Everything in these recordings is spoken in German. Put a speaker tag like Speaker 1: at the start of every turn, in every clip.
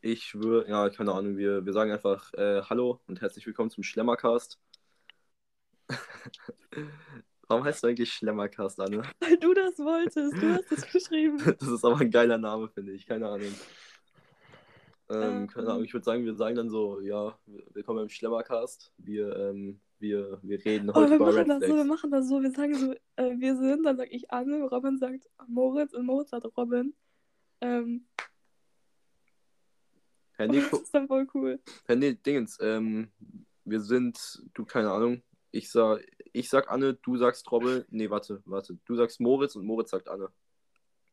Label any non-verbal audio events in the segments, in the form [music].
Speaker 1: Ich würde, ja, keine Ahnung, wir, wir sagen einfach äh, Hallo und herzlich willkommen zum Schlemmercast. [laughs] Warum heißt du eigentlich Schlemmercast, Anne? [laughs]
Speaker 2: Weil du das wolltest. Du hast es geschrieben.
Speaker 1: Das ist aber ein geiler Name, finde ich. Keine Ahnung. Ähm,
Speaker 2: Ähm.
Speaker 1: keine Ahnung, ich würde sagen, wir sagen dann so, ja, willkommen im Schlemmercast. Wir, ähm, wir, wir reden
Speaker 2: Oh,
Speaker 1: heute
Speaker 2: wir
Speaker 1: über
Speaker 2: machen
Speaker 1: Red
Speaker 2: das so, wir
Speaker 1: Flags.
Speaker 2: machen das so. Wir sagen so, äh, wir sind, dann sag ich Anne, Robin sagt Moritz und Moritz sagt Robin. Ähm,
Speaker 1: Handy,
Speaker 2: das ist dann voll cool.
Speaker 1: Handy, Dingens, ähm, wir sind, du, keine Ahnung, ich sag, ich sag Anne, du sagst Robbe. Nee, warte, warte. Du sagst Moritz und Moritz sagt Anne.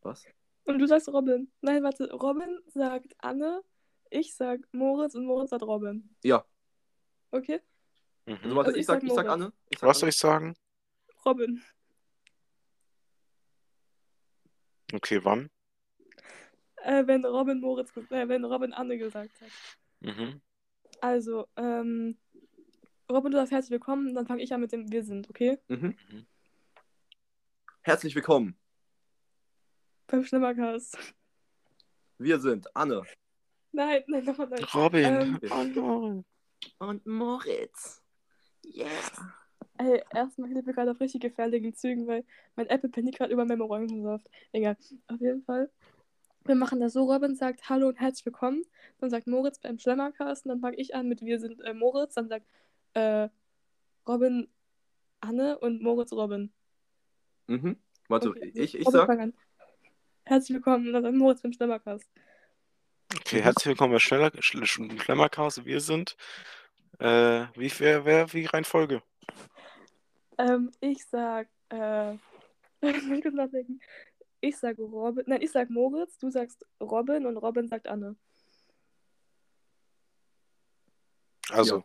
Speaker 1: Was?
Speaker 2: Und du sagst Robin. Nein, warte, Robin sagt Anne, ich sag Moritz und Moritz sagt Robin.
Speaker 1: Ja,
Speaker 2: Okay?
Speaker 1: also
Speaker 3: Mhm.
Speaker 1: warte,
Speaker 2: Also
Speaker 1: ich,
Speaker 2: ich
Speaker 1: sag,
Speaker 2: sag
Speaker 1: ich sag
Speaker 2: Moritz.
Speaker 1: Anne. Ich sag
Speaker 3: Was soll
Speaker 1: Anne.
Speaker 3: ich sagen?
Speaker 2: Robin.
Speaker 3: Okay, wann?
Speaker 2: Äh, wenn Robin Moritz, ge- äh, wenn Robin Anne gesagt hat.
Speaker 3: Mhm.
Speaker 2: Also, ähm, Robin, du sagst herzlich willkommen, dann fange ich an mit dem Wir sind, okay?
Speaker 1: Mhm.
Speaker 3: Mhm.
Speaker 1: Herzlich willkommen.
Speaker 2: Beim Schlimmercast.
Speaker 1: Wir sind Anne
Speaker 2: [laughs] Nein, nein, nochmal nein.
Speaker 3: Robin.
Speaker 2: Ähm,
Speaker 3: Oh und Moritz.
Speaker 1: und Moritz. Yeah.
Speaker 2: Ey, erstmal hilft mir gerade auf richtig gefährlichen Zügen, weil mein Apple pennt gerade über meinem Orangensaft. Egal. Auf jeden Fall. Wir machen das so, Robin sagt Hallo und herzlich willkommen. Dann sagt Moritz beim Schlemmercast und dann fange ich an mit Wir sind äh, Moritz. Dann sagt äh, Robin Anne und Moritz Robin.
Speaker 1: Mhm. Warte,
Speaker 2: Okay, Also
Speaker 1: ich, ich
Speaker 2: Robin,
Speaker 1: sag.
Speaker 2: fang an. Herzlich willkommen und dann sagt Moritz beim Schlemmercast.
Speaker 3: Okay, herzlich willkommen bei Schneller, Schle- Sch- Schlemmercast. Wir sind. Äh, wie wer, wer, wie Reihenfolge?
Speaker 2: Ähm, ich sag, äh, [laughs] ich muss kurz nachdenken. Ich sag Robin, nein, ich sag Moritz, du sagst Robin und Robin sagt Anne.
Speaker 3: Also.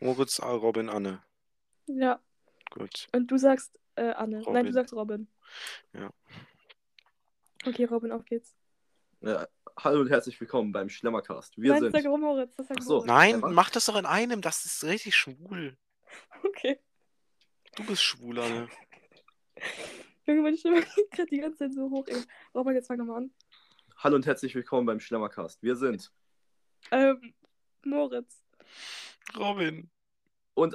Speaker 3: Moritz, A, Robin, Anne.
Speaker 2: Ja,
Speaker 3: Gut.
Speaker 2: und du sagst äh, Anne. Nein, du
Speaker 3: Robin.
Speaker 2: sagst Robin.
Speaker 3: Ja.
Speaker 2: Okay, Robin, auf geht's.
Speaker 1: Äh, hallo und herzlich willkommen beim Schlemmercast. Wir
Speaker 2: nein, ich
Speaker 1: sind.
Speaker 2: sag Moritz, das sagt
Speaker 1: Ach so.
Speaker 2: Moritz.
Speaker 3: Nein,
Speaker 1: Ja, was?
Speaker 3: mach das doch in einem. Das ist richtig schwul.
Speaker 2: [laughs] Okay.
Speaker 3: Du bist schwul, Anne.
Speaker 2: Junge, meine Stimme [laughs] geht gerade die ganze Zeit so hoch. Ey. Robin, jetzt fang nochmal an.
Speaker 1: Hallo und herzlich willkommen beim Schlemmercast. Wir sind
Speaker 2: Ähm, Moritz.
Speaker 3: Robin.
Speaker 1: und